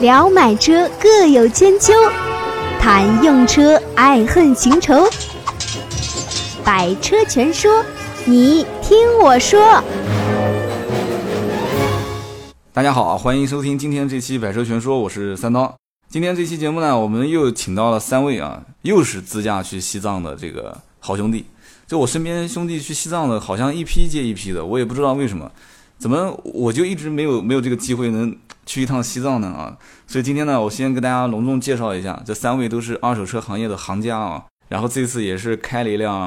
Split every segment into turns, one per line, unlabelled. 聊买车各有千秋，谈用车爱恨情仇。百车全说，你听我说。
大家好，啊欢迎收听今天这期《百车全说》，我是三刀。今天这期节目呢，我们又请到了三位啊，又是自驾去西藏的这个好兄弟。就我身边兄弟去西藏的，好像一批接一批的，我也不知道为什么，怎么我就一直没有没有这个机会能去一趟西藏呢啊？所以今天呢，我先跟大家隆重介绍一下，这三位都是二手车行业的行家啊。然后这次也是开了一辆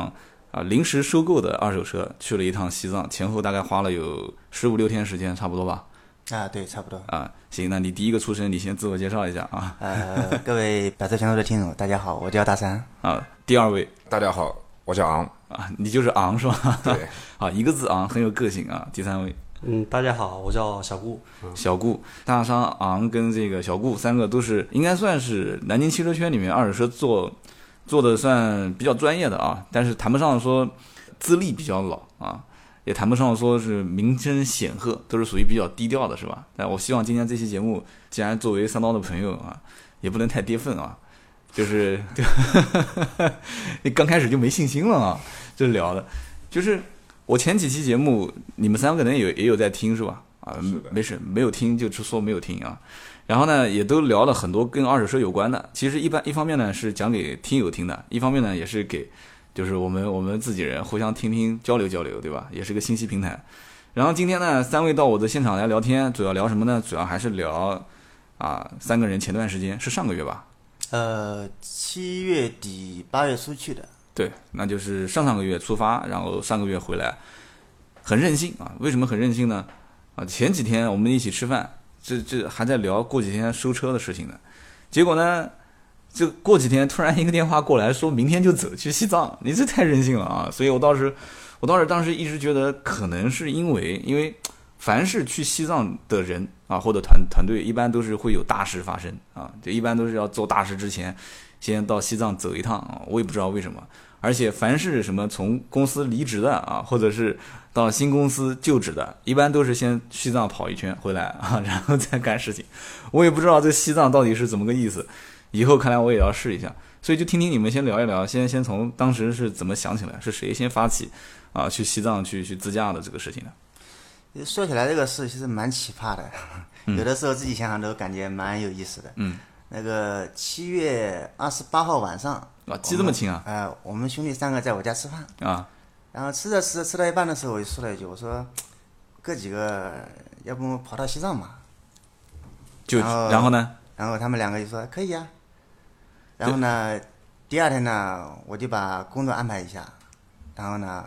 啊临时收购的二手车，去了一趟西藏，前后大概花了有十五六天时间，差不多吧。
啊，对，差不多。
啊，行，那你第一个出身，你先自我介绍一下啊。
呃，各位百车全说的听友，大家好，我叫大山。
啊，第二位
大家好，我叫 昂。
啊，你就是昂是吧？
对，
啊，一个字昂，很有个性啊。第三位
嗯，大家好，我叫小顾。嗯
小顾，大商昂跟这个小顾三个都是应该算是南京汽车圈里面二手车做做的算比较专业的啊，但是谈不上说资历比较老啊，也谈不上说是名声显赫，都是属于比较低调的，是吧？但我希望今天这期节目，既然作为三刀的朋友啊，也不能太跌份啊，就是 对，你刚开始就没信心了啊，这聊的，就是我前几期节目，你们三个人也有也有在听是吧？啊，没事，没有听就说没有听啊。然后呢，也都聊了很多跟二手车有关的。其实一般一方面呢是讲给听友听的，一方面呢也是给就是我们我们自己人互相听听交流交流，对吧？也是个信息平台。然后今天呢，三位到我的现场来聊天，主要聊什么呢？主要还是聊啊，三个人前段时间是上个月吧？
呃，七月底八月初去的，
对，那就是上上个月出发，然后上个月回来，很任性啊。为什么很任性呢？啊，前几天我们一起吃饭，这这还在聊过几天收车的事情呢。结果呢，就过几天突然一个电话过来，说明天就走去西藏，你这太任性了啊！所以我当时，我当时当时一直觉得可能是因为，因为凡是去西藏的人啊，或者团团队，一般都是会有大事发生啊，就一般都是要做大事之前，先到西藏走一趟啊。我也不知道为什么。而且凡是什么从公司离职的啊，或者是到新公司就职的，一般都是先西藏跑一圈回来啊，然后再干事情。我也不知道这西藏到底是怎么个意思，以后看来我也要试一下。所以就听听你们先聊一聊，先先从当时是怎么想起来，是谁先发起啊去西藏去去自驾的这个事情的？
呃说起来这个事其实蛮奇葩的， 有的时候自己想想都感觉蛮有意思的。
嗯，
那个七月二十八号晚上，
啊，记这么清啊
呃，我们兄弟三个在我家吃饭，
啊
然后吃着吃着吃到一半的时候，我就说了一句，我说哥几个，要不跑到西藏吧？
就
啊
然后呢？
然后他们两个就说可以啊。然后呢，第二天呢，我就把工作安排一下，然后呢，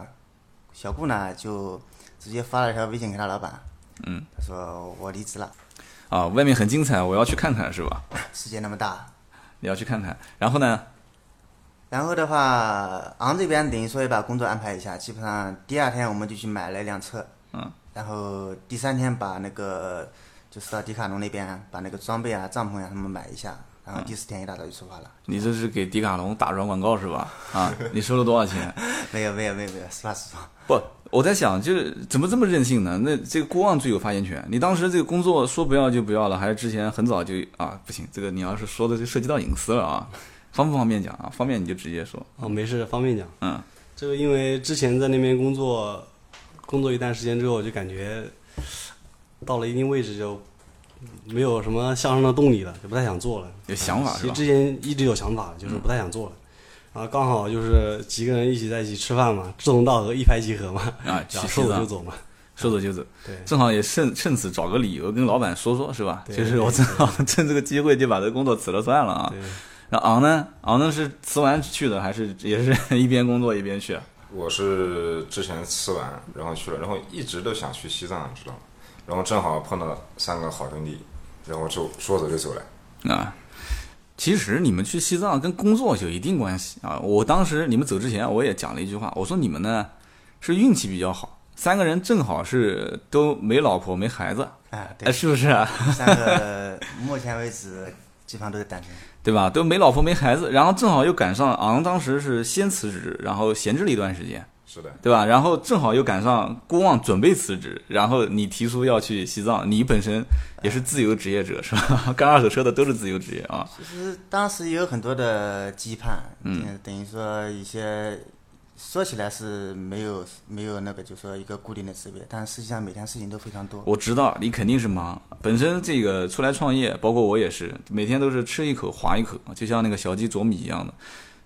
小顾呢就直接发了一条微信给他老板，
嗯，
他说我离职了，
啊，外面很精彩，我要去看看是吧？
世界那么大。
你要去看看，然后呢？
然后的话，昂这边等于说也把工作安排一下，基本上第二天我们就去买了一辆车，
嗯，
然后第三天把那个就是到迪卡侬那边把那个装备啊、帐篷呀、什么买一下，然后第四天一大早就出发 了。
你这是给迪卡侬打软广告是吧？啊，你收了多少钱？
没有没有没有没有，实话实说。
不，我在想，就是怎么这么任性呢？那这个郭旺最有发言权。你当时这个工作说不要就不要了，还是之前很早就啊？不行，这个你要是说的就涉及到隐私了啊， 方不方便讲啊？方便你就直接说。
哦，没事，方便讲。
嗯，
这个因为之前在那边工作，工作一段时间之后，我就感觉到了一定位置就没有什么向上的动力了，就不太想做了。
有想法
其
是
实
吧？嗯
之前一直有想法，就是不太想做了。然后刚好就是几个人一起在一起吃饭嘛，志同道合，一拍即合嘛，
啊，去
然
西
后说走
藏
就，走嘛。
说走就走，
对，
正好也趁趁此找个理由跟老板说说，是吧？
对
就是我正好趁这个机会就把这个工作辞了算了啊。
对，
那昂呢？昂呢是辞完去的，还是也是 一边工作一边去啊？
我是之前吃完，然后去了，然后一直都想去西藏，你知道吗？然后正好碰到三个好兄弟，然后就说走就走了。
啊，其实你们去西藏跟工作有一定关系啊。我当时你们走之前，我也讲了一句话，我说你们呢是运气比较好，三个人正好是都没老婆没孩子，
哎，对
哎，，是不是啊？
三个目前为止基本上都是单身。
对吧？都没老婆没孩子，然后正好又赶上昂当时是先辞职，然后闲置了一段时间，
是的，
对吧？然后正好又赶上郭旺准备辞职，然后你提出要去西藏，你本身也是自由职业者是吧？ 干二手车的都是自由职业啊。
其实当时也有很多的羁绊，嗯，等于说一些说起来是没有没有那个，就说一个固定的职位，但实际上每天事情都非常多。
我知道你肯定是忙，本身这个出来创业，包括我也是，每天都是吃一口划一口，就像那个小鸡啄米一样的。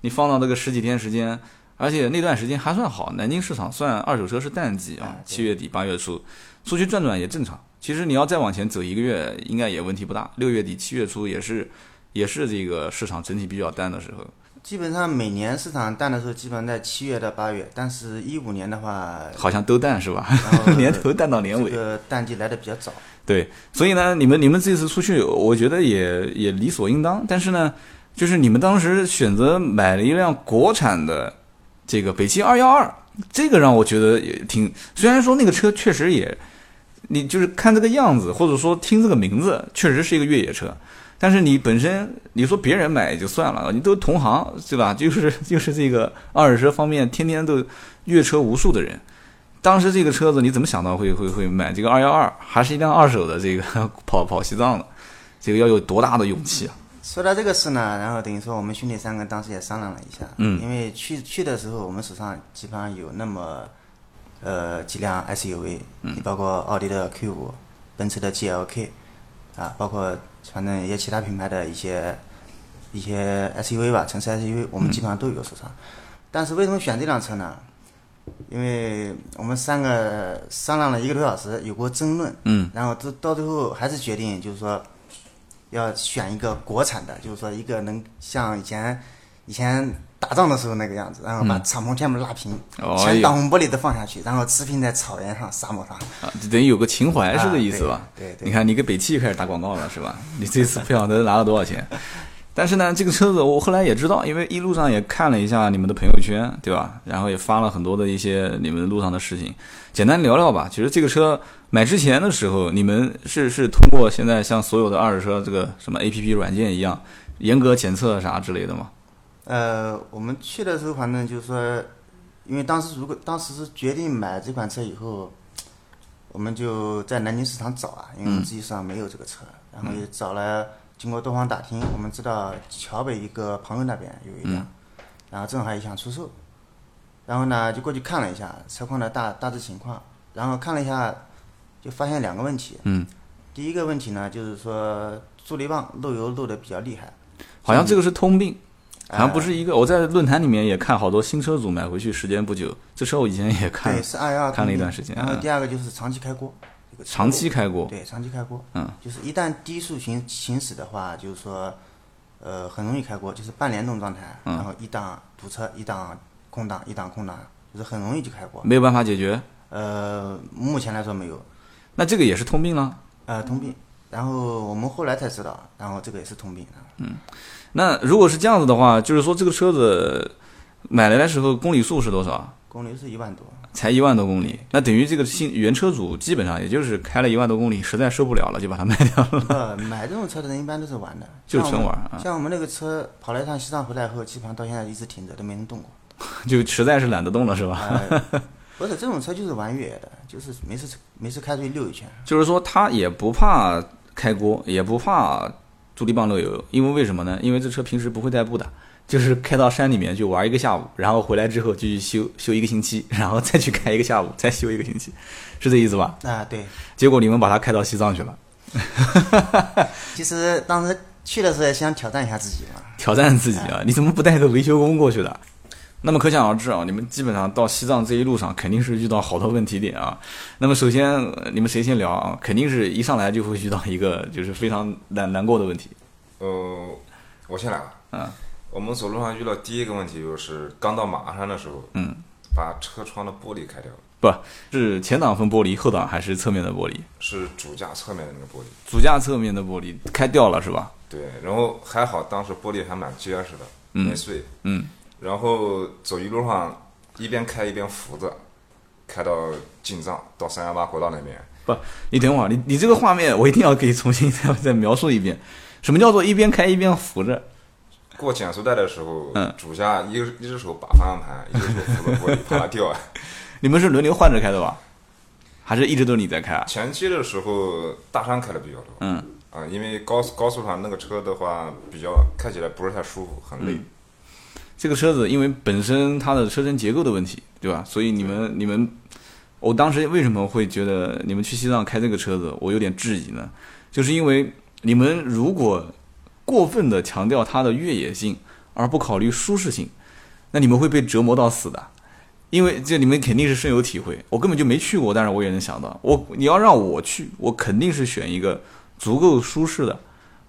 你放到这个十几天时间，而且那段时间还算好，南京市场算二手车是淡季啊
哎，对
七月底八月初，出去转转也正常。其实你要再往前走一个月，应该也问题不大。六月底七月初也是，也是这个市场整体比较淡的时候。
基本上每年市场淡的时候，基本上在七月到八月，但是一五年的 话，
好像都淡是吧？
然后
年头淡到年尾
这。个淡季来的比较早。
对，所以呢，你们你们这次出去，我觉得也也理所应当。但是呢，就是你们当时选择买了一辆国产的这个北汽二幺二，这个让我觉得也挺，虽然说那个车确实也，你就是看这个样子，或者说听这个名字，确实是一个越野车。但是你本身，你说别人买也就算了，你都同行对吧？ 就是就是这个二手车方面，天天都越车无数的人，当时这个车子你怎么想到会会会买这个二幺二，还是一辆二手的这个 跑跑西藏的？这个要有多大的勇气啊！
说到这个事呢，然后等于说我们兄弟三个当时也商量了一下，
嗯
因为去去的时候我们手上基本上有那么呃几辆 SUV，嗯，包括奥迪的 Q 五、奔驰的 GLK，啊，包括反正一些其他品牌的一些一些 SUV 吧，城市 SUV
嗯
我们基本上都有手上。但是为什么选这辆车呢？因为我们三个商量了一个多小时，有过争论，
嗯，
然后到到最后还是决定就是说要选一个国产的，就是说一个能像以前以前打仗的时候那个样子，然后把敞篷全部拉平，
嗯哦哎
全
呦
挡风玻璃都放下去，然后驰骋在草原上、沙漠上。
啊，就等于有个情怀是这
啊
意思吧？
对对对
你看你给北汽开始打广告了是吧？ 你这次不晓得拿了多少钱。 但是呢，这个车子 我后来也知道，因为一路上也看了一下你们的朋友圈，对吧？然后也发了很多的一些你们路上的事情，简单聊聊吧。其实这个车买之前的时候，你们是是通过现在像所有的二手车这个什么 A P P 软件一样，严格检测啥之类的吗？
呃，我们去的时候，反正就是说，因为当时如果当时是决定买这款车以后，我们就在南京市场找啊，因为我们自己市场没有这个车，
嗯
然后也找了，经过多方打听，我们知道桥北一个朋友那边有一辆，
嗯
然后正好也想出售，然后呢就过去看了一下车况的大大致情况，然后看了一下，就发现两个问题。
嗯，
第一个问题呢，就是说助力泵漏油漏的比较厉害，
好像这个是通病，好像不
呃
是一个。我在论坛里面也看好多新车主买回去时间不久，这车我以前也看
对，是二幺二
看了一段时间
然后
嗯
第二个就是长期开锅，这个车
长期开过，
对长期开锅，
嗯，
就是一旦低速行行驶的话，就是说，呃，很容易开锅，就是半联动状态，
嗯
然后一档堵车，一档空档，一档空档，就是很容易就开锅。
没有办法解决，
呃，目前来说没有，
那这个也是通病了。
呃，通病。然后我们后来才知道，然后这个也是通病啊。
那如果是这样子的话，就是说这个车子买来的时候公里数是多少？
公里是一万多，
才一万多公里，那等于这个新原车主基本上也就是开了一万多公里，实在受不了了就把它卖掉了。
呃，买这种车的人一般都是玩的，
就是
像
纯
我
玩啊
像我们那个车跑了一趟西藏回来后，基本上到现在一直停着，都没人动过。
就实在是懒得动了，是吧？
呃，不是这种车就是玩越野的，就是没事没事开出去溜一圈。
就是说他也不怕开锅，也不怕助力泵漏油，因为为什么呢？因为这车平时不会代步的，就是开到山里面去玩一个下午，然后回来之后就去修修一个星期，然后再去开一个下午，再修一个星期，是这意思吧？
啊，对，
结果你们把它开到西藏去了，
其实当时去的时候也想挑战一下自己嘛。
挑战自己啊！你怎么不带个维修工过去的？那么可想而知啊，你们基本上到西藏这一路上肯定是遇到好多问题点啊。那么首先呃你们谁先聊啊？肯定是一上来就会遇到一个就是非常难难过的问题，
呃，我先来吧。
嗯。
我们走路上遇到第一个问题就是，刚到马鞍山的时候，
嗯，
把车窗的玻璃开掉了，
不是前挡风玻璃，后挡还是侧面的玻璃？
是主驾侧面的那个玻璃。
主驾侧面的玻璃开掉了是吧？
对，然后还好当时玻璃还蛮结实的，没碎。
嗯，
然后走一路上一边开一边扶着，开到进藏到三幺八国道那边，
不，你等会儿，你你这个画面我一定要给重新再再描述一遍。什么叫做一边开一边扶着？
过减速带的时候，
嗯
主驾一个一只手把方向盘，一只手扶着玻璃怕它掉啊。
你们是轮流换着开的吧？还是一直都是你在开啊？
前期的时候，大山开的比较多，
嗯，
啊，因为高高速上那个车的话，比较开起来不是太舒服，很累。
这个车子因为本身它的车身结构的问题，对吧？所以你们你们，我当时为什么会觉得你们去西藏开这个车子，我有点质疑呢？就是因为你们如果过分的强调它的越野性，而不考虑舒适性，那你们会被折磨到死的。因为这你们肯定是深有体会，我根本就没去过，但是我也能想到，我你要让我去，我肯定是选一个足够舒适的，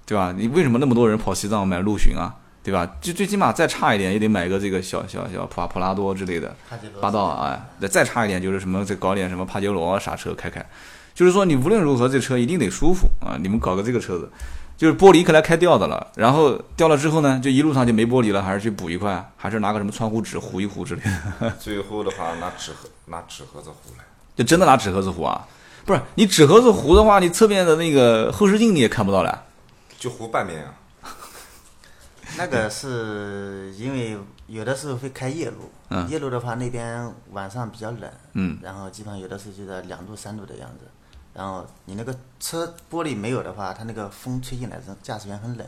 对吧？你为什么那么多人跑西藏买陆巡啊，对吧？就最起码再差一点也得买个这个小小小普普拉多之类的，
帕杰罗
霸道啊，再再差一点就是什么，再搞点什么帕杰罗啥车开开，就是说你无论如何这车一定得舒服啊！你们搞个这个车子，就是玻璃看来开掉的了，然后掉了之后呢，就一路上就没玻璃了，还是去补一块，还是拿个什么窗户纸糊一糊之类的，
最后的话，拿纸盒拿纸盒子糊来。
就真的拿纸盒子糊啊？不是，你纸盒子糊的话，你侧面的那个后视镜你也看不到了。
就糊半边啊，
那个是因为有的时候会开夜路，
嗯
夜路的话那边晚上比较冷，
嗯
然后基本上有的时候就在两度三度的样子，然后你那个车玻璃没有的话，它那个风吹进来，驾驶员很冷。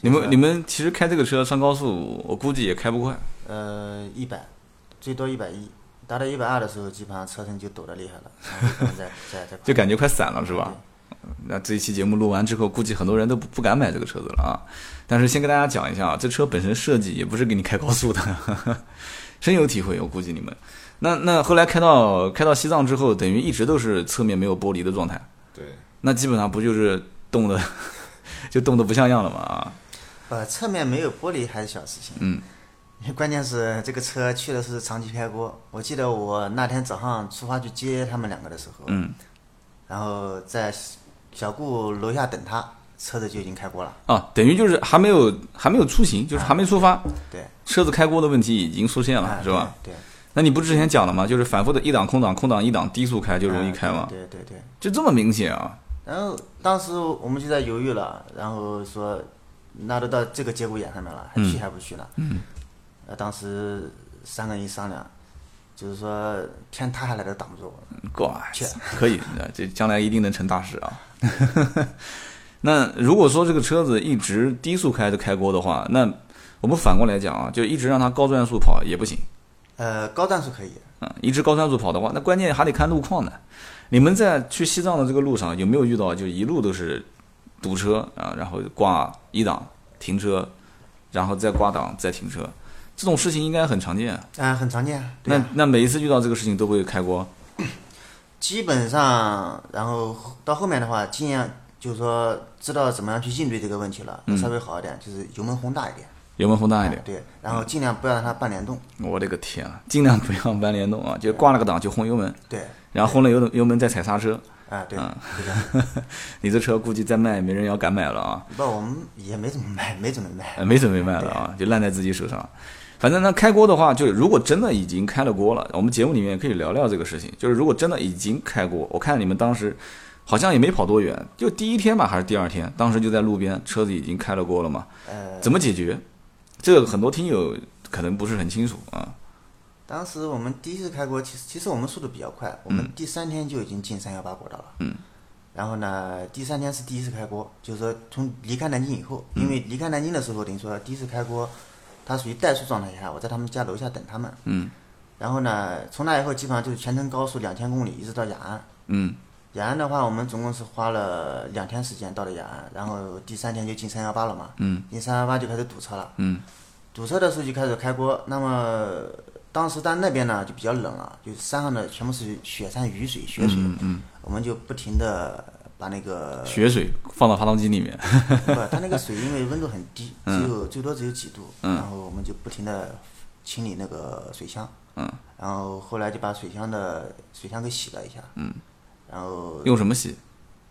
你
就是
们你们其实开这个车上高速，我估计也开不快。
呃一百，最多一百一，达到一百二的时候，基本上车身就抖得厉害了，然后就不能再 再再跑
就感觉快散了，是吧？那这一期节目录完之后，估计很多人都不不敢买这个车子了啊。但是先跟大家讲一下啊，这车本身设计也不是给你开高速的， 深有体会，我估计你们。那那后来开到开到西藏之后，等于一直都是侧面没有玻璃的状态，
对，
那基本上不就是冻的， 就冻得不像样了嘛啊？
呃，侧面没有玻璃还是小事情。
嗯。
关键是这个车去的是长期开锅，我记得我那天早上出发去接他们两个的时候，
嗯，
然后在小顾楼下等他，车子就已经开锅了。
啊，等于就是还没有还没有出行，就是还没出发，
对，
车子开锅的问题已经出现了，
啊
是吧？？
对，对
那你不之前讲了吗？就是反复的一档空档，空档一档，低速开就容易
啊
开嘛？
对对对。对
就这么明显啊？
然后当时我们就在犹豫了，然后说，那都到这个节骨眼上面了，还去还不去呢？嗯。呃，当时三个人一商量，就是说天塌下来都挡不住我。
怪
是，
可以，呃这将来一定能成大事啊。 那如果说这个车子一直低速开就开锅的话，那我们反过来讲啊，就一直让它高转速跑也不行
呃，高转速可以，
啊、一直高转速跑的话，那关键还得看路况呢。你们在去西藏的这个路上有没有遇到就一路都是堵车啊，然后挂一档停车，然后再挂档再停车，这种事情应该很常见啊。
啊、很常见啊。对
那
啊
那每一次遇到这个事情都会开锅，
基本上，然后到后面的话，尽量就是说知道怎么样去应对这个问题了，稍微好一点，就是油门轰大一点，
油门轰大一点
啊。对，然后尽量不要让它半联动，
我的个天啊！尽量不要弯联动啊， 就挂了个档就轰油门，
对，
然后轰了油油门再踩刹车。
啊对，就这样。
你这车估计再卖也没人要敢买了啊，
不，我们也没怎么卖，没怎么卖，
呃没准备卖了啊，就烂在自己手上。反正呢，开锅的话，就如果真的已经开了锅了，我们节目里面也可以聊聊这个事情。就是如果真的已经开锅，我看你们当时好像也没跑多远，就第一天吧，还是第二天，当时就在路边，车子已经开了锅了嘛。
呃，
怎么解决？这个很多听友可能不是很清楚啊。
当时我们第一次开锅，其实其实我们速度比较快，我们第三天就已经进三幺八国道了。嗯。然后呢，第三天是第一次开锅，就是说从离开南京以后，因为离开南京的时候，等于说第一次开锅，它属于怠速状态下，我在他们家楼下等他们。
嗯。
然后呢，从那以后基本上就是全程高速两千公里，一直到雅安。
嗯，
雅安的话，我们总共是花了两天时间到了雅安，然后第三天就进三幺八了嘛。
嗯。
进三幺八就开始堵车了。
嗯。
堵车的时候就开始开锅，那么当时在那边呢就比较冷了，就是山上的全部是雪山雨水、雪水，
嗯
我们就不停的把那个
血水放到发动机里面，
不，它那个水因为温度很 低，只有最多只有几度，然后我们就不停的清理那个水箱，
嗯
然后后来就把水箱的水箱给洗了一下，然后
用什么洗？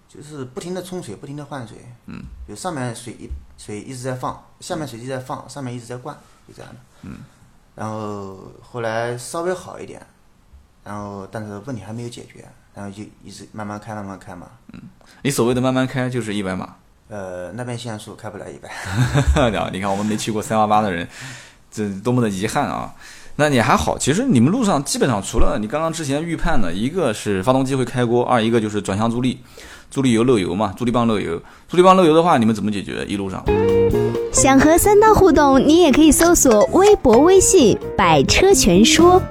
就是不停的冲水，不停的换水，嗯，就上面水一水一直在放，下面水一直在放，上面一直在灌，就这样的，嗯，然后后来稍微好一点，然后但是问题还没有解决，然后就一直慢慢开，慢慢开嘛，
你所谓的慢慢开就是一百码，
呃，那边限速开不了一百。
了你看我们没去过三八八的人，这多么的遗憾啊！那你还好，其实你们路上基本上除了你刚刚之前预判的，一个是发动机会开锅，二一个就是转向助力，助力油漏油嘛，助力棒漏油，助力棒漏油的话，你们怎么解决？一路上，
想和三刀互动，你也可以搜索微博、微信“百车全说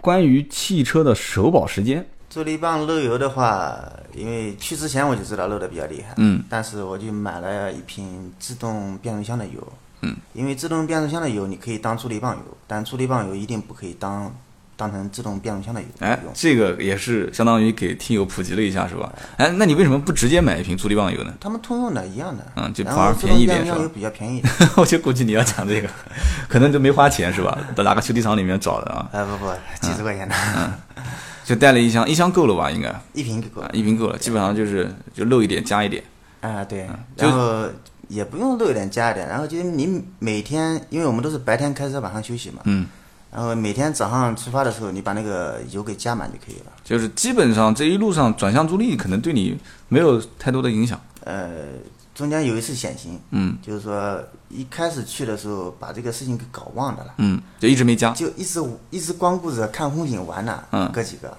关于汽车的首保时间，
助力棒漏油的话，因为去之前我就知道漏的比较厉害，
嗯，
但是我就买了一瓶自动变速箱的油，嗯，因为自动变速箱的油你可以当助力棒油，但助力棒油一定不可以当当成自动变速箱的油
哎
用，。
这个也是相当于给听友普及了一下，是吧？哎，那你为什么不直接买一瓶助力棒油呢？
他们通用的一样的，
嗯就
然
反而
后自
便宜
动
一点
变速箱
是吧
油比较便宜。
我就估计你要讲这个，可能就没花钱是吧？到哪个修理厂里面找的啊？
哎，不不，几十 块钱的，
就带了一箱，一箱够了吧？应该啊，
一瓶就够了。
一瓶够了，基本上就是就漏一点加一点。
啊，对，
嗯就
然后也不用露一点加一点，然后就是你每天，因为我们都是白天开车，晚上休息嘛，
嗯，
然后每天早上出发的时候，你把那个油给加满就可以了。
就是基本上这一路上转向助力可能对你没有太多的影响。
呃，中间有一次险情，
嗯
就是说一开始去的时候把这个事情给搞忘的了，
嗯，就一直没加。
就一直一直光顾着看风景玩呢，
嗯
哥几个，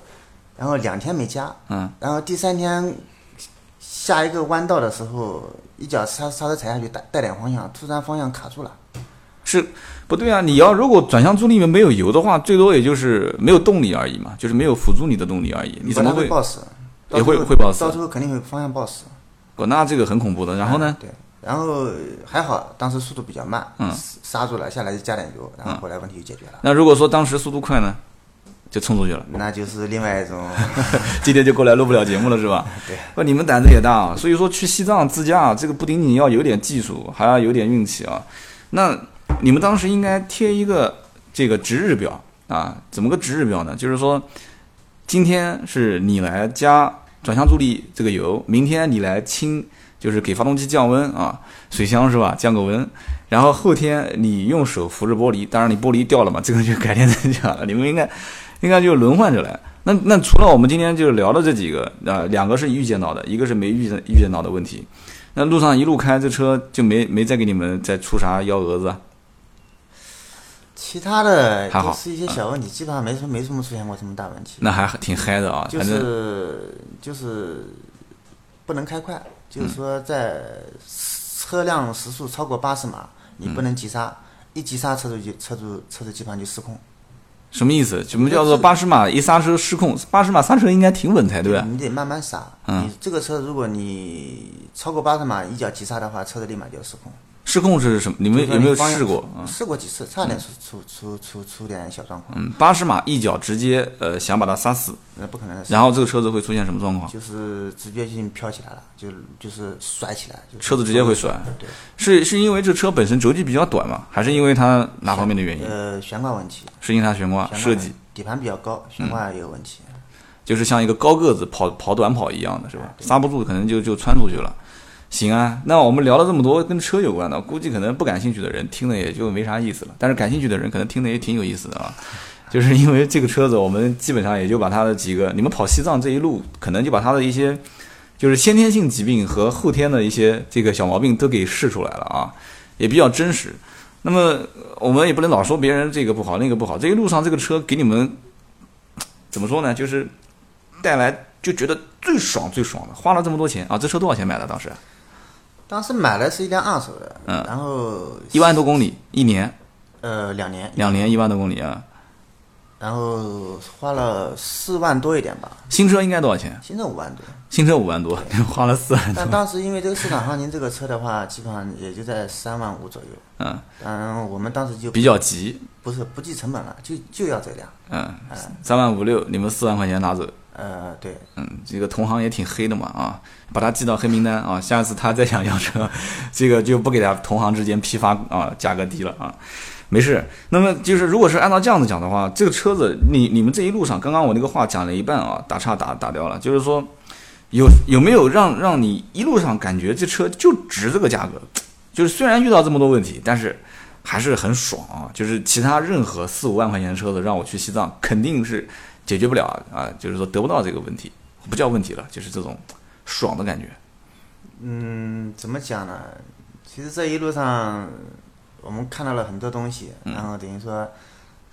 然后两天没加，
嗯，
然后第三天下一个弯道的时候，一脚刹刹车踩下去带带点方向，突然方向卡住了。
是不对啊！你要如果转向助力里面没有油的话，最多也就是没有动力而已嘛，就是没有辅助你的动力而已。你怎么
不然
会
会？暴死？
也会
到时候
会暴死
到时候肯定会方向暴死。嗯
哦，那这个很恐怖的。然后呢？
对，然后还好当时速度比较慢，
嗯
刹住了，下来就加点油，然后后来问题就解决了。
那如果说当时速度快呢，就冲出去了。
那就是另外一种，
今天就过来录不了节目了是吧？
对，
不，你们胆子也大啊。所以说去西藏自驾啊，这个不仅仅要有点技术，还要有点运气啊。那你们当时应该贴一个这个值日表啊，怎么个值日表呢？就是说，今天是你来加转向助力这个油，明天你来清，就是给发动机降温啊，水箱是吧？降个温。然后后天你用手扶着玻璃，当然你玻璃掉了嘛，这个就改天再讲了。你们应该应该就轮换着来。那那除了我们今天就是聊的这几个，啊，两个是预见到的，一个是没预见预见到的问题。那路上一路开，这车就没没再给你们再出啥幺蛾子啊？
其他的
还好嗯
都是一些小问题，基本上没什么没什么出现过什么大问题。
那还挺嗨的啊，
就
反正
是就是不能开快，
嗯
就是说在车辆时速超过八十码，你
嗯
不能急刹，一急刹车主就车主车主基本上就失控。
什么意思？什么叫做八十码一刹车失控？八十码刹车应该挺稳才对啊。
你得慢慢刹。
嗯
你这个车，如果你超过八十码一脚急刹的话，车子立马就要失控。
失控是什么？你们
就是
有
你
没有
方向
试过？啊？
试过几次，差点出出出出出点小状况，
嗯，八十码一脚直接呃想把它刹死，
那不可能的事。
然后这个车子会出现什么状况？
就是直接性飘起来了，就就是甩起来，就是
车子直接会甩
对，
是是因为这车本身轴距比较短嘛，还是因为它哪方面的原因？
呃，悬挂问题，
是因为它悬挂
悬挂
设计？嗯
底盘比较高，悬挂也有问题。
就是像一个高个子跑跑短跑一样的是吧？刹不住，可能就就穿出去了。行啊，那我们聊了这么多跟车有关的，估计可能不感兴趣的人听了也就没啥意思了，但是感兴趣的人可能听的也挺有意思的啊。 就是因为这个车子，我们基本上也就把它的几个，你们跑西藏这一路，可能就把它的一些就是先天性疾病和后天的一些这个小毛病都给试出来了啊，也比较真实。那么呃我们也不能老说别人这个不好那个不好，这一路上这个车给你们怎么说呢？就是带来就觉得最爽最爽的，花了这么多钱啊！这车多少钱买的？当时
当时买的是一辆二手的，
嗯
然后
一万多公里，一年
呃两年，
两年一万多公里啊！
然后花了四万多一点吧，
新车应该多少钱？
现在五万多。
新车五万多， 花了四万多
但当时因为这个市场行情，这个车的话，基本上也就在三万五左右。
嗯，
嗯，我们当时就
比较急，
不是不计成本了，就就要这辆。
嗯，三万五六，你们四万块钱拿走，
呃，对，
嗯，这个同行也挺黑的嘛啊，把他记到黑名单啊，下次他再想要车， 这个就不给他同行之间批发啊价格低了啊，没事。那么就是如果是按照这样子讲的话，这个车子你你们这一路上，刚刚我那个话讲了一半啊，打岔打打掉了，就是说有有没有让让你一路上感觉这车就值这个价格？就是虽然遇到这么多问题，但是还是很爽啊！就是其他任何四五万块钱的车子让我去西藏，肯定是解决不啊了啊，就是说得不到这个问题。不叫问题了，就是这种爽的感觉。
嗯，怎么讲呢？其实这一路上我们看到了很多东西，然后等于说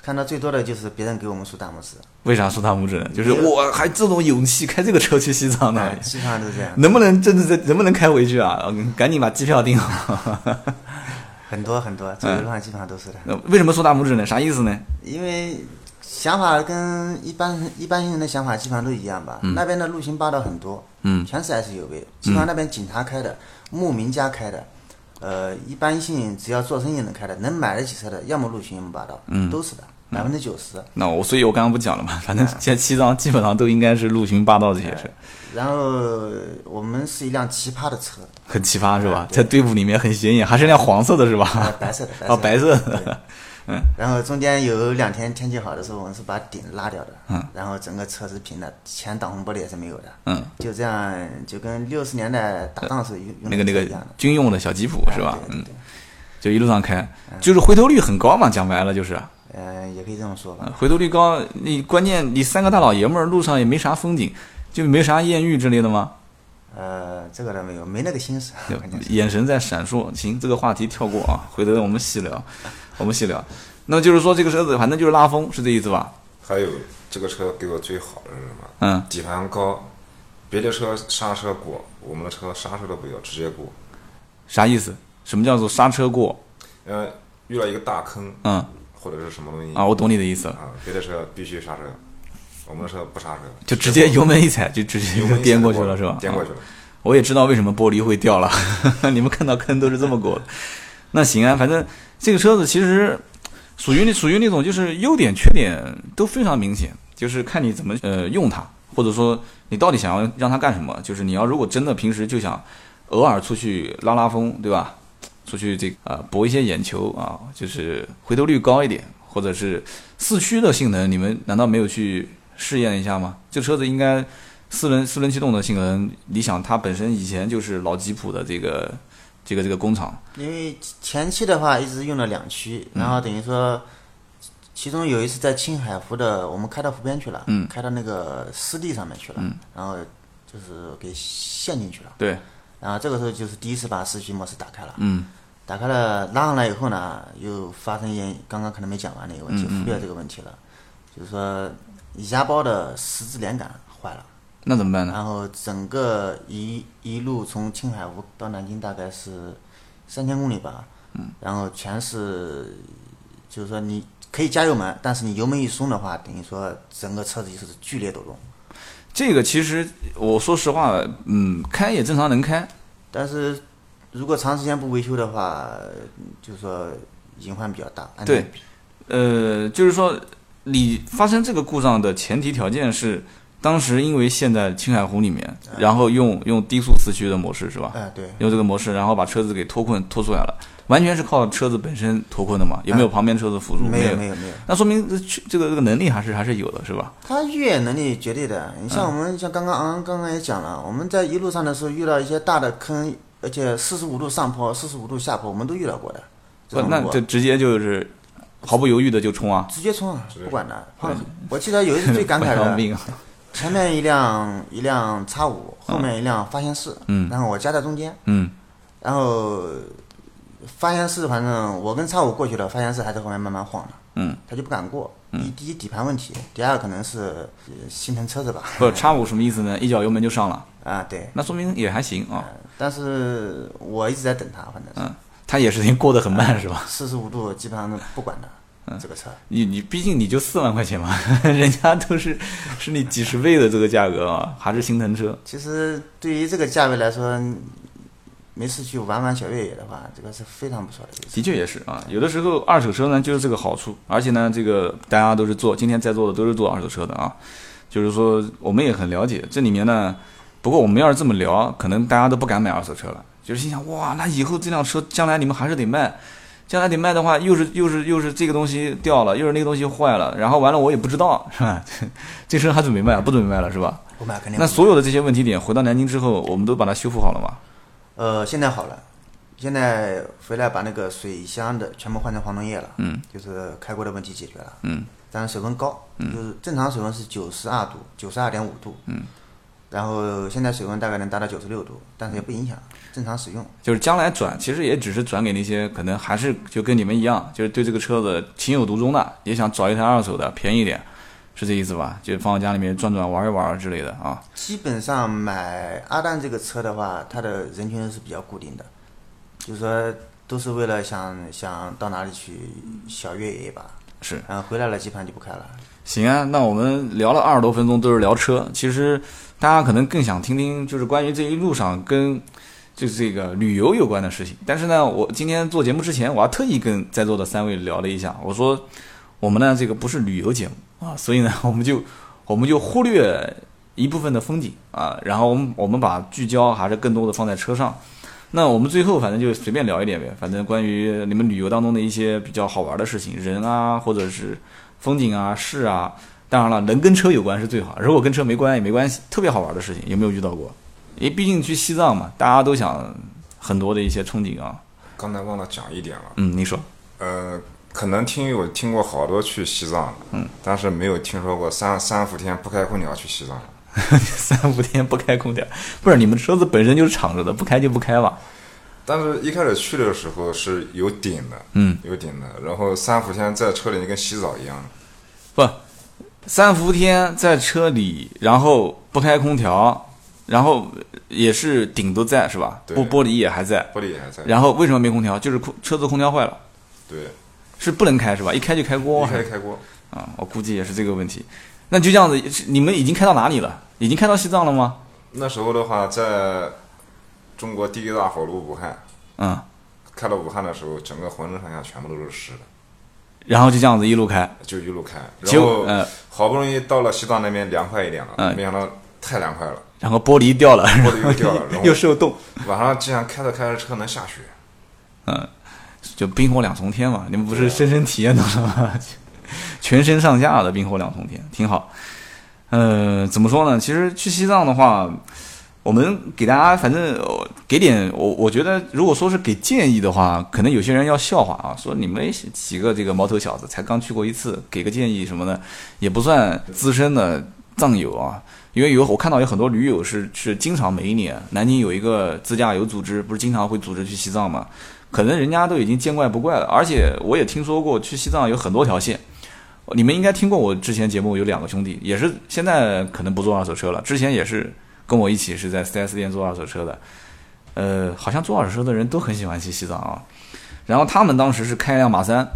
看到最多的就是别人给我们竖大拇指，
为啥竖大拇 指呢？就是我还这种勇气开这个车去西藏呢
哎，基本上都是这样，
能不能真的在能不能开回去啊？嗯赶紧把机票订好。
很多很多，这一路上基本上都是的。
那为什么竖大拇指呢？啥意思呢？
因为想法跟一般一般人的想法基本上都一样吧。那边的陆行霸道很多，
嗯
全是 SUV，基本上那边警察开的、牧民家开的，呃，一般性只要做生意能开的、能买得起车的，要么陆巡，要么霸道，嗯，都是的，百分之九十。
那我所以，我刚刚不讲了嘛，
哎
反正现在西藏基本上都应该是陆巡霸道这些车，
然后我们是一辆奇葩的车，
很奇葩是吧？在队伍里面很显眼，还是辆黄色的是
啊
吧？
白色的，白色的。
啊，白色
对
的，
然后中间有两天天气好的时候，我们是把顶拉掉的，然后整个车是平的，前挡风玻璃也是没有的，
嗯，
就这样就跟六十年代打仗时候用用
那个那
的
个
车一样的，
军用的小吉普是吧
哎？对
嗯
对，对，
就一路上开，就是回头率很高嘛，讲白了就是，啊
呃，也可以这么说吧
呃，回头率高，你关键你三个大老爷们儿路上也没啥风景，就没啥艳遇之类的 吗？
呃，这个倒没有，没那个心思，
就
关键是
眼神在闪烁。行，这个话题跳过啊， 回头我们细聊，我们细聊。那就是说这个车子反正就是拉风，是这意思吧？
还有这个车给我最好的是什么？
嗯，
底盘高，别的车刹车过，我们的车刹车都不要，直接过。
啥意思？什么叫做刹车过？
呃，遇到一个大坑
嗯
或者是什么东西
啊，我懂你的意思了，
啊别的车必须刹车，我们的车不刹车，
就直接油门一踩就直接
油门一
颠
踩
过去
就
了是吧？
颠过去
啊
了。
我也知道为什么玻璃会掉了， 你们看到坑都是这么过的。那行啊，反正这个车子其实属于那属于那种就是优点缺点都非常明显，就是看你怎么呃用它，或者说你到底想要让它干什么。就是你要如果真的平时就想偶尔出去拉拉风，对吧？出去这个呃博一些眼球啊，就是回头率高一点，或者是四驱的性能，你们难道没有去试验一下吗？这车子应该四轮四轮驱动的性能，理想它本身以前就是老吉普的这个这个这个工厂，
因为前期的话一直用了两驱，然后等于说，其中有一次在青海湖的，我们开到湖边去了，
嗯
开到那个湿地上面去了，然后就是给陷进去了。
对，
然啊后这个时候就是第一次把四驱模式打开了，
嗯
打开了拉上来以后呢，又发生一件刚刚可能没讲完的一个问题，忽略这个问题了，就是说雨夹包的十字连杆坏了，
那怎么办呢？
然后整个一一路从青海湖到南京大概是三千公里吧，嗯，然后全是就是说你可以加油门，但是你油门一松的话，等于说整个车子就是剧烈抖动，
这个其实我说实话，嗯，开也正常能开，
但是如果长时间不维修的话，嗯就是说隐患比较大。安
对
全比
呃，就是说你发生这个故障的前提条件是。当时因为陷在青海湖里面，然后用用低速四驱的模式是吧？
哎，对，
用这个模式，然后把车子给脱困脱出来了，完全是靠车子本身脱困的嘛？啊有没有旁边车子辅助？
没
有，
没有没有，
那说明这这个这个能力还是还是有的，是吧？
他越野能力绝对的。你像
嗯
我们、像刚刚昂刚刚也讲了，我们在一路上的时候遇到一些大的坑，而且四十五度上坡、四十五度下坡，我们都遇到过的。这
不，
种
那
路啊
这直接就是毫不犹豫的就冲啊，
直接冲啊，不管了。碰我记得有一次最感慨
不要
的，
命啊！
前面一辆一辆叉五，后面一辆发现式，
啊嗯
然后我夹在中间，
嗯，
然后发现式反正我跟叉五过去了，发现式还在后面慢慢晃呢，
嗯，
他就不敢过。一第一底盘问题，第二可能是呃心疼车子吧。
不，叉五什么意思呢？一脚油门就上了，
啊，对，
那说明也还行啊。
但是我一直在等他，反正
他也是过得很慢是吧？
四十五度基本上都不管的、
嗯
这个车。
你你毕竟你就四万块钱嘛， 人家都是是你几十倍的这个价格啊，还是心疼车。
其实对于这个价位来说，没事去玩玩小越野的话，这个是非常不错的一个车。
的确也是啊，有的时候二手车呢就是这个好处，而且呢，这个大家都是做，今天在座的都是做二手车的啊，就是说我们也很了解这里面呢。不过我们要是这么聊，可能大家都不敢买二手车了，就是心想哇，那以后这辆车将来你们还是得卖，将来得卖的话，又是又是又是这个东西掉了，又是那个东西坏了，然后完了我也不知道是吧？ 这车还准备卖，不准备卖了是吧？
我买肯定
那所有的这些问题点回到南京之后，我们都把它修复好了嘛？
呃，现在好了，现在回来把那个水箱的全部换成黄铜叶了，嗯，就是开锅的问题解决了，嗯，但是水温高，嗯，就是正常水温是九十二度，九十二点五度，嗯，然后现在水温大概能达到九十六度，但是也不影响正常使用。
就是将来转，其实也只是转给那些可能还是就跟你们一样，就是对这个车子情有独钟的，也想找一台二手的，便宜一点，是这意思吧？就放在家里面转转、玩一玩之类的啊。
基本上买阿蛋这个车的话，它的人群是比较固定的，就是说都是为了想想到哪里去小越野一把，
是，
然后回来了基本上就不开了。
行啊，那我们聊了二十多分钟都是聊车，其实大家可能更想听听就是关于这一路上跟就是这个旅游有关的事情。但是呢，我今天做节目之前，我还特意跟在座的三位聊了一下，我说我们呢这个不是旅游节目啊，所以呢我们就我们就忽略一部分的风景啊，然后我们我们把聚焦还是更多的放在车上。那我们最后反正就随便聊一点呗，反正关于你们旅游当中的一些比较好玩的事情，人啊，或者是风景啊、事啊。当然了，能跟车有关是最好，如果跟车没关也没关系。特别好玩的事情有没有遇到过？因为毕竟去西藏嘛，大家都想很多的一些憧憬啊。
刚才忘了讲一点了，
嗯，你说
呃，可能听友听过好多去西藏，嗯，但是没有听说过三三伏天不开空调去西藏。
三五天不开空调，不是你们车子本身就是敞着的，不开就不开吧？
但是一开始去的时候是有顶的，
嗯，
有顶的，然后三伏天在车里就跟洗澡一样，
不，三伏天在车里，然后不开空调，然后也是顶都在是吧？
对
玻玻璃也还在。
玻璃也还在，
然后为什么没空调？就是空车子空调坏了，
对，
是不能开是吧？一开就开锅
一
还
开
是
开锅，
啊，我估计也是这个问题。那就这样子，你们已经开到哪里了？已经开到西藏了吗？
那时候的话，在中国第一大火炉武汉，
嗯，
开到武汉的时候，整个浑身上下全部都是湿的，
然后就这样子一路开，
就一路开，
结
然
果
后
呃，
好不容易到了西藏那边凉快一点了，
嗯
没想到太凉快了，
然后玻璃掉了，
玻璃又掉了，然 后
又受冻，
晚上竟然开着开着车能下雪，
就冰火两重天嘛。你们不是深深体验到了吗？ 全身上下的冰火两重天，挺好。呃，怎么说呢？其实去西藏的话，我们给大家反正呃给点我，我觉得如果说是给建议的话，可能有些人要笑话啊，说你们几个这个毛头小子才刚去过一次，给个建议什么的，也不算资深的藏友啊。因为有我看到有很多驴友是是经常每一年南京有一个自驾游组织，不是经常会组织去西藏嘛，可能人家都已经见怪不怪了。而且我也听说过去西藏有很多条线，你们应该听过我之前节目有两个兄弟，也是现在可能不做二手车了，之前也是跟我一起是在 4S 店做二手车的。呃，好像做二手车的人都很喜欢去西藏啊。然后他们当时是开一辆马三，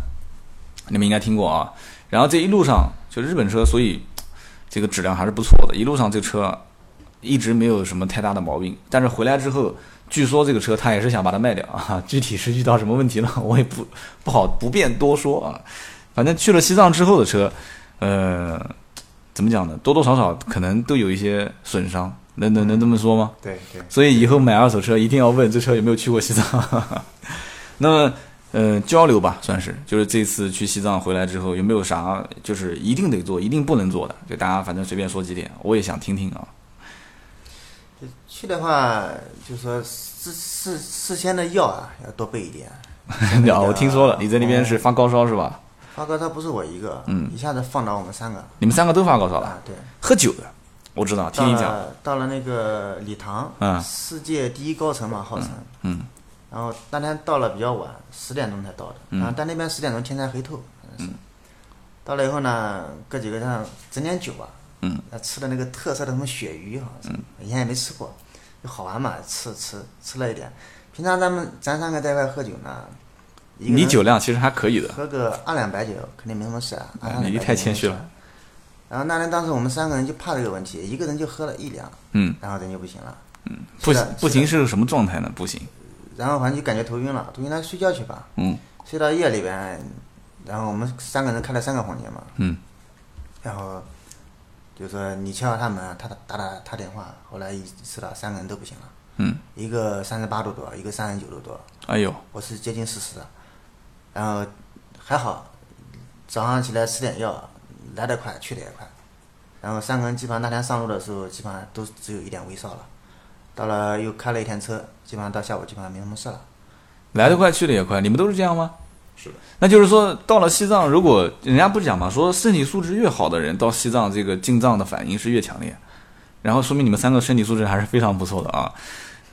你们应该听过啊。然后这一路上就日本车，所以这个质量还是不错的。一路上这车一直没有什么太大的毛病，但是回来之后，据说这个车他也是想把它卖掉啊， 具体是遇到什么问题了， 我也不不好不便多说啊。反正去了西藏之后的车，呃，怎么讲呢？多多少少可能都有一些损伤，能能能这么说吗？
对对，
所以以后买二手车一定要问这车有没有去过西藏。 那么，呃，交流吧，算是就是这次去西藏回来之后，有没有啥就是一定得做、一定不能做的？就大家反正随便说几点，我也想听听啊。
去的话就是说事事事先的药啊要多备一点。
啊，我听说了，你在那边是发高烧是吧？
发高烧不是我一个，一下子放倒我们三个
你们三个都发高烧了，
啊，对。
喝酒的，我知道，听你
到
讲，
了到了那个礼堂，
嗯
世界第一高层嘛，号称，
嗯，
然后当天到了比较晚，十点钟才到的，
嗯
然后但那边十点钟天才黑透，嗯，到了以后呢，哥几个想整点酒吧，
嗯，
吃的那个特色的什么鳕鱼好像是，以前也没吃过，就好玩嘛，吃吃吃了一点，平常咱们咱三个在外喝酒呢，一个人
你酒量其实还可以的，
喝个二两白酒肯定没什么事啊，二
哎
两
你
白酒
太谦虚
没什么事儿。然后那天当时我们三个人就怕这个问题，一个人就喝了一两，
嗯，
然后人就不行了，
不
是啊
行
的
不行是个什么状态呢？不行，
然后反正就感觉头晕了，头晕了睡觉去吧，
嗯
睡到夜里边，然后我们三个人开了三个房间嘛，
嗯，
然后就说你敲敲他门，啊他打打打他电话，后来一知道三个人都不行了，
嗯，
一个三十八度多，一个三十九度多，
哎呦，
我是接近四十的，然后还好，早上起来吃点药，来得快去得也快，然后三个人基本上那天上路的时候，基本上都只有一点微烧了，到了又开了一天车，基本上到下午基本上没什么事了。
来得快去得也快，你们都是这样吗？
是的。
那就是说，到了西藏，如果人家不讲嘛，说身体素质越好的人，到西藏这个进藏的反应是越强烈。然后说明你们三个身体素质还是非常不错的啊。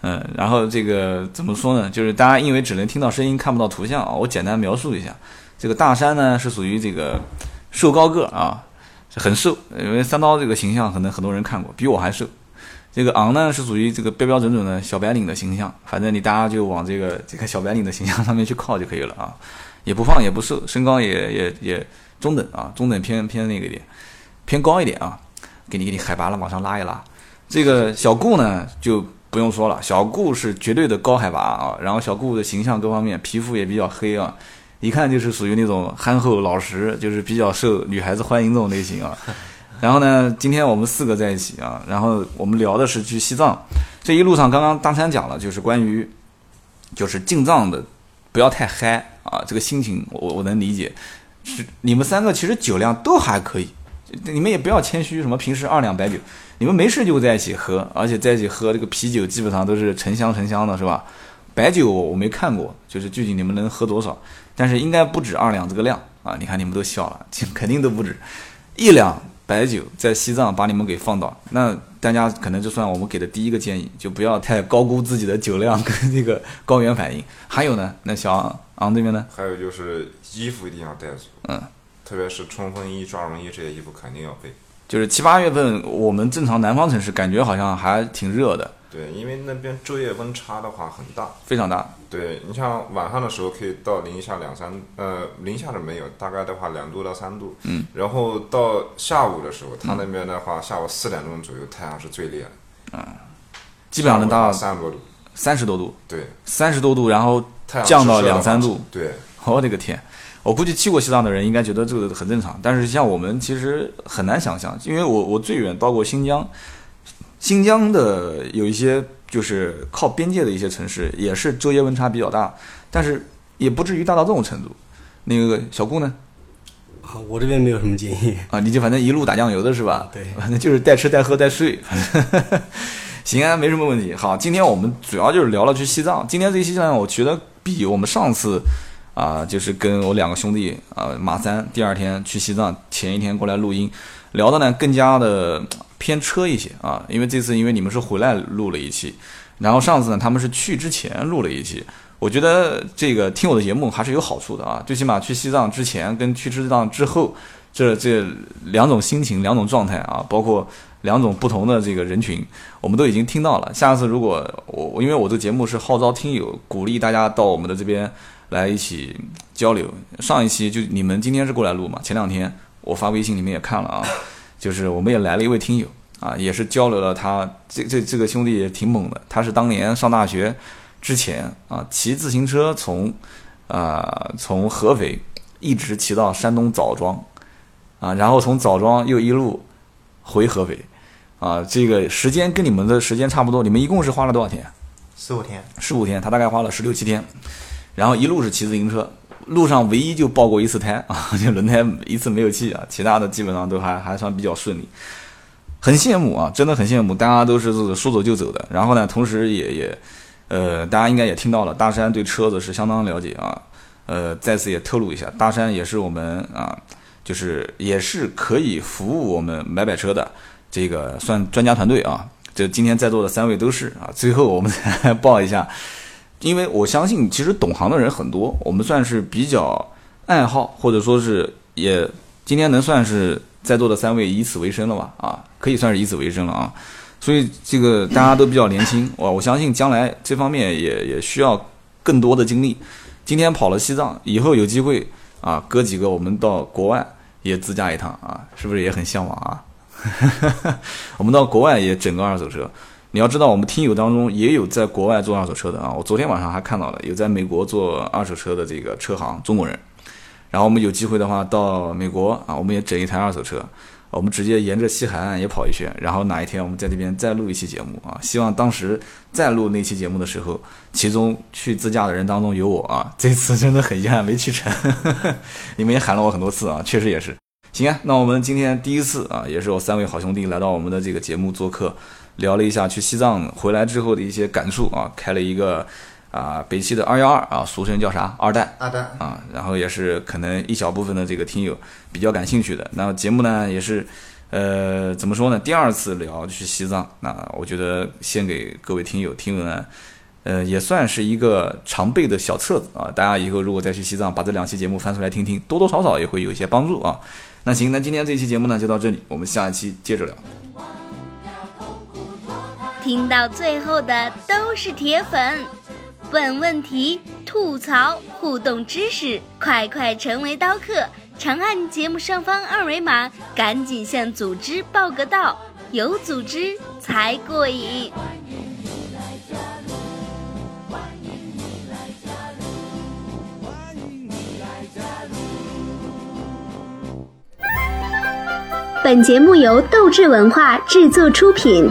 嗯，然后这个怎么说呢？就是大家因为只能听到声音，看不到图像啊，我简单描述一下。这个大山呢是属于这个瘦高个儿啊，是很瘦，因为三刀这个形象可能很多人看过，比我还瘦。这个昂呢是属于这个标标准准的小白领的形象，反正你大家就往这个这个小白领的形象上面去靠就可以了啊，也不胖也不瘦，身高也也也中等啊，中等偏偏那个一点，偏高一点啊，给你给你海拔了往上拉一拉。这个小顾呢就不用说了，小顾是绝对的高海拔啊，然后小顾的形象各方面，皮肤也比较黑啊，一看就是属于那种憨厚老实，就是比较受女孩子欢迎这种类型啊。然后呢，今天我们四个在一起啊，然后我们聊的是去西藏，这一路上刚刚大山讲了，就是关于就是进藏的不要太嗨啊，这个心情我我能理解。是你们三个其实酒量都还可以，你们也不要谦虚，什么平时二两白酒，你们没事就在一起喝，而且在一起喝这个啤酒基本上都是成箱成箱的，是吧？白酒我没看过，就是具体你们能喝多少，但是应该不止二两这个量啊！你看你们都笑了，肯定都不止一两白酒在西藏把你们给放倒。那大家可能就算我们给的第一个建议，就不要太高估自己的酒量跟这个高原反应。还有呢，那小昂昂这边呢？
还有就是衣服一定要带足，
嗯，
特别是冲锋衣、抓绒衣这些衣服肯定要备。
就是七八月份，我们正常南方城市感觉好像还挺热的，
对，因为那边昼夜温差的话很大。
非常大。
对你像晚上的时候可以到零下两三，呃，零下的没有，大概的话两度到三度。
嗯。
然后到下午的时候，他那边的话，下午四点钟左右太阳是最烈的，
基本上能达到
三十多度。
三十多度，
对，
三十多度，然后
太阳
降到
直射的话
两三度。
对，
我哦的个天！我估计去过西藏的人应该觉得这个很正常，但是像我们其实很难想象，因为我我最远到过新疆，新疆的有一些就是靠边界的一些城市，也是昼夜温差比较大，但是也不至于大到这种程度。那个小顾呢？
啊，我这边没有什么建议。
啊，你就反正一路打酱油的是吧？
对
反正就是带吃带喝带睡。 行啊，没什么问题。好，今天我们主要就是聊了去西藏。今天这期呢，我觉得比我们上次啊、就是跟我两个兄弟啊、马三第二天去西藏，前一天过来录音，聊的呢更加的偏车一些啊。因为这次因为你们是回来录了一期，然后上次呢他们是去之前录了一期。我觉得这个听我的节目还是有好处的啊，最起码去西藏之前跟去西藏之后，这这两种心情、两种状态啊，包括两种不同的这个人群，我们都已经听到了。下次如果我我因为我这个节目是号召听友，鼓励大家到我们的这边来一起交流。上一期就你们今天是过来录嘛？前两天我发微信你们也看了啊，就是我们也来了一位听友啊，也是交流了他这这这个兄弟也挺猛的，他是当年上大学之前啊骑自行车从啊、从合肥一直骑到山东枣庄。啊，然后从枣庄又一路回合肥，啊，这个时间跟你们的时间差不多，你们一共是花了多少天？
十五天，
十五天，他大概花了十六七天，然后一路是骑自行车，路上唯一就爆过一次胎啊， 就轮胎一次没有气啊，其他的基本上都还还算比较顺利，很羡慕啊，真的很羡慕，大家都是这个说走就走的，然后呢，同时也也，呃，大家应该也听到了，大山对车子是相当了解啊，呃，再次也透露一下，大山也是我们啊，就是也是可以服务我们买买车的这个算专家团队啊。这今天在座的三位都是啊，最后我们 再报一下，因为我相信其实懂行的人很多，我们算是比较爱好，或者说是也今天能算是在座的三位以此为生了吧？啊，可以算是以此为生了啊。所以这个大家都比较年轻，我我相信将来这方面也也需要更多的精力。今天跑了西藏，以后有机会啊，哥几个我们到国外也自驾一趟啊，是不是也很向往啊？我们到国外也整个二手车。你要知道，我们听友当中也有在国外做二手车的啊。我昨天晚上还看到了有在美国做二手车的这个车行中国人。然后我们有机会的话到美国啊，我们也整一台二手车，我们直接沿着西海岸也跑一圈。然后哪一天我们在这边再录一期节目啊？希望当时再录那期节目的时候，其中去自驾的人当中有我啊。 这次真的很遗憾没去成， 你们也喊了我很多次啊，确实也是。行啊，那我们今天第一次啊，也是我三位好兄弟来到我们的这个节目做客，聊了一下去西藏回来之后的一些感触啊，开了一个啊、北汽的二幺二啊，俗称叫啥二代
阿丹，
啊，然后也是可能一小部分的这个听友比较感兴趣的。那节目呢也是呃，怎么说呢？第二次聊去西藏，那我觉得献给各位听友听文案，呃，也算是一个常备的小册子啊。大家以后如果再去西藏，把这两期节目翻出来听听，多多少少也会有一些帮助啊。那行，那今天这期节目呢就到这里，我们下一期接着聊。
听到最后的都是铁粉，问问题、吐槽、互动知识，快快成为刀客！长按节目上方二维码，赶紧向组织报个到，有组织才过瘾。
本节目由斗志文化制作出品。